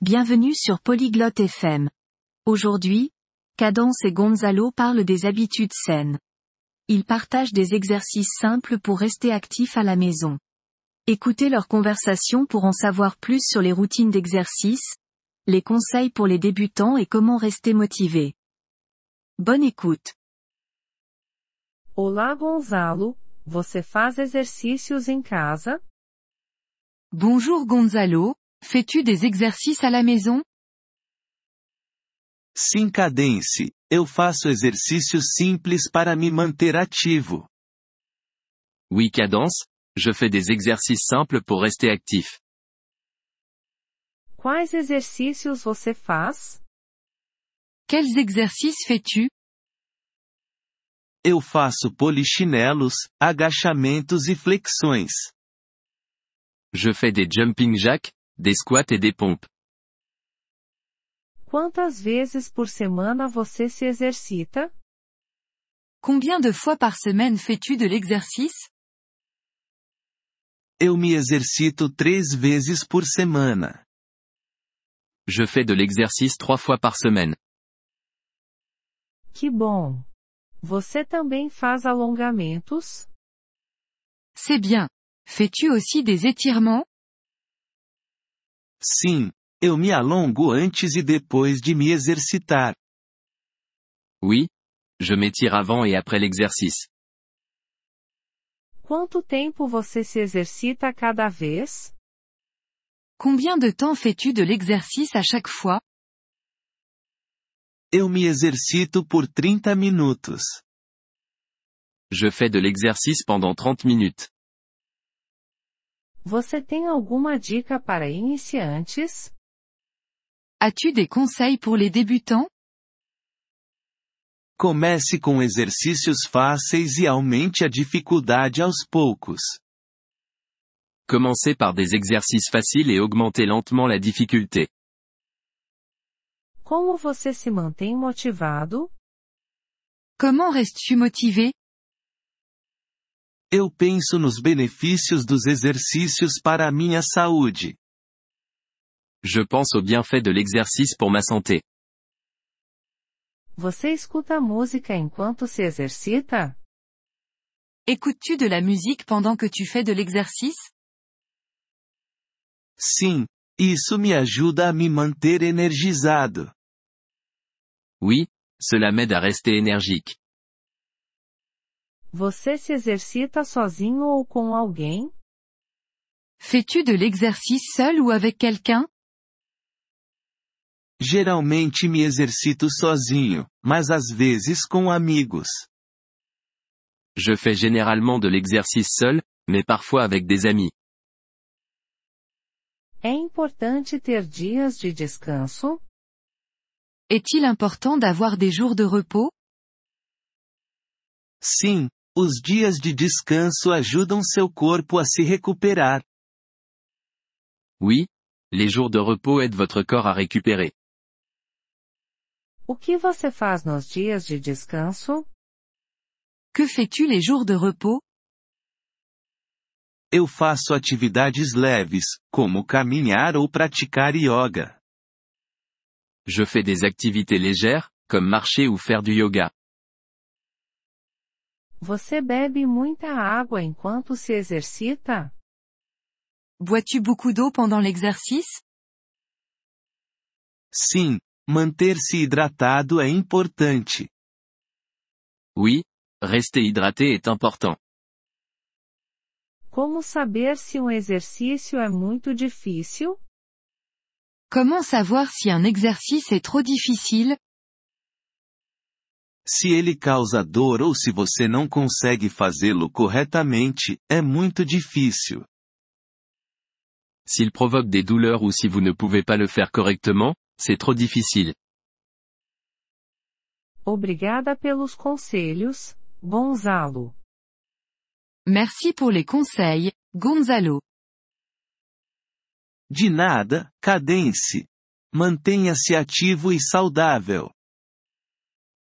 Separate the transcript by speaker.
Speaker 1: Bienvenue sur Polyglotte FM. Aujourd'hui, Cadence et Gonzalo parlent des habitudes saines. Ils partagent des exercices simples pour rester actifs à la maison. Écoutez leur conversation pour en savoir plus sur les routines d'exercice, les conseils pour les débutants et comment rester motivé. Bonne écoute.
Speaker 2: Olá, Gonzalo. Você faz exercícios em casa?
Speaker 3: Bonjour Gonzalo, fais-tu des exercices à la maison?
Speaker 4: Sim, Cadence. Eu faço exercícios simples para me manter ativo.
Speaker 5: Oui, Cadence. Je fais des exercices simples pour rester actif.
Speaker 2: Quais exercícios você faz?
Speaker 3: Quels exercices fais-tu?
Speaker 4: Eu faço polichinelos, agachamentos e flexões.
Speaker 5: Je fais des jumping jacks, des squats et des pompes.
Speaker 2: Quantas vezes por semana você se exercita?
Speaker 3: Combien de fois par semaine fais-tu de l'exercice?
Speaker 4: Eu me exercito três vezes por semana.
Speaker 5: Je fais de l'exercice trois fois par semaine.
Speaker 2: Que bom! Você também faz alongamentos?
Speaker 3: C'est bien. Fais-tu aussi des étirements?
Speaker 4: Sim, eu me alongo antes e depois de me exercitar.
Speaker 5: Oui. Je m'étire avant et après l'exercice.
Speaker 2: Quanto tempo você se exercita cada vez?
Speaker 3: Combien de temps fais-tu de l'exercice à chaque fois?
Speaker 4: Eu me exercito por 30 minutos.
Speaker 5: Je fais de l'exercice pendant 30 minutes.
Speaker 2: Você tem alguma dica para iniciantes?
Speaker 3: As-tu des conseils pour les débutants?
Speaker 4: Comece com exercícios fáceis e aumente a dificuldade aos poucos.
Speaker 5: Commencez par des exercices faciles et augmentez lentement la difficulté.
Speaker 2: Como você se mantém motivado?
Speaker 3: Comment restes-tu motivé?
Speaker 4: Eu penso nos benefícios dos exercícios para a minha saúde.
Speaker 5: Je pense aux bienfaits de l'exercice pour ma santé.
Speaker 2: Você escuta música enquanto se exercita?
Speaker 3: Écoutes-tu de la musique pendant que tu fais de l'exercice?
Speaker 4: Sim, isso me ajuda a me manter energizado.
Speaker 5: Oui, cela m'aide à rester énergique.
Speaker 2: Você se exercita sozinho ou com alguém?
Speaker 3: Fais-tu de l'exercice seul ou avec quelqu'un?
Speaker 4: Geralmente me exercito sozinho, mas às vezes com amigos.
Speaker 5: Je fais généralement de l'exercice seul, mais parfois avec des amis.
Speaker 2: É importante ter dias de descanso?
Speaker 3: Est-il important d'avoir des jours de repos?
Speaker 4: Sim, os dias de descanso ajudam seu corpo a se recuperar.
Speaker 5: Oui, les jours de repos aident votre corps à récupérer.
Speaker 2: O que você faz nos dias de descanso?
Speaker 3: Que fais-tu les jours de repos?
Speaker 4: Eu faço atividades leves, como caminhar ou praticar yoga.
Speaker 5: Je fais des activités légères, comme marcher ou faire du yoga.
Speaker 2: Você bebe muita água enquanto se exercita?
Speaker 3: Bois-tu beaucoup d'eau pendant l'exercice?
Speaker 4: Sim, manter-se hidratado é importante.
Speaker 5: Oui, rester hydraté est important.
Speaker 2: Como saber se um exercício é muito difícil?
Speaker 3: Comment savoir si un exercice est trop difficile?
Speaker 4: Se ele causa dor ou se você não consegue fazê-lo corretamente, é muito difícil.
Speaker 5: S'il provoque des douleurs ou si vous ne pouvez pas le faire correctement, c'est trop difficile.
Speaker 2: Obrigada pelos conselhos, Gonzalo.
Speaker 3: Merci pour les conseils, Gonzalo.
Speaker 4: De nada, cadence. Mantenha-se ativo e saudável.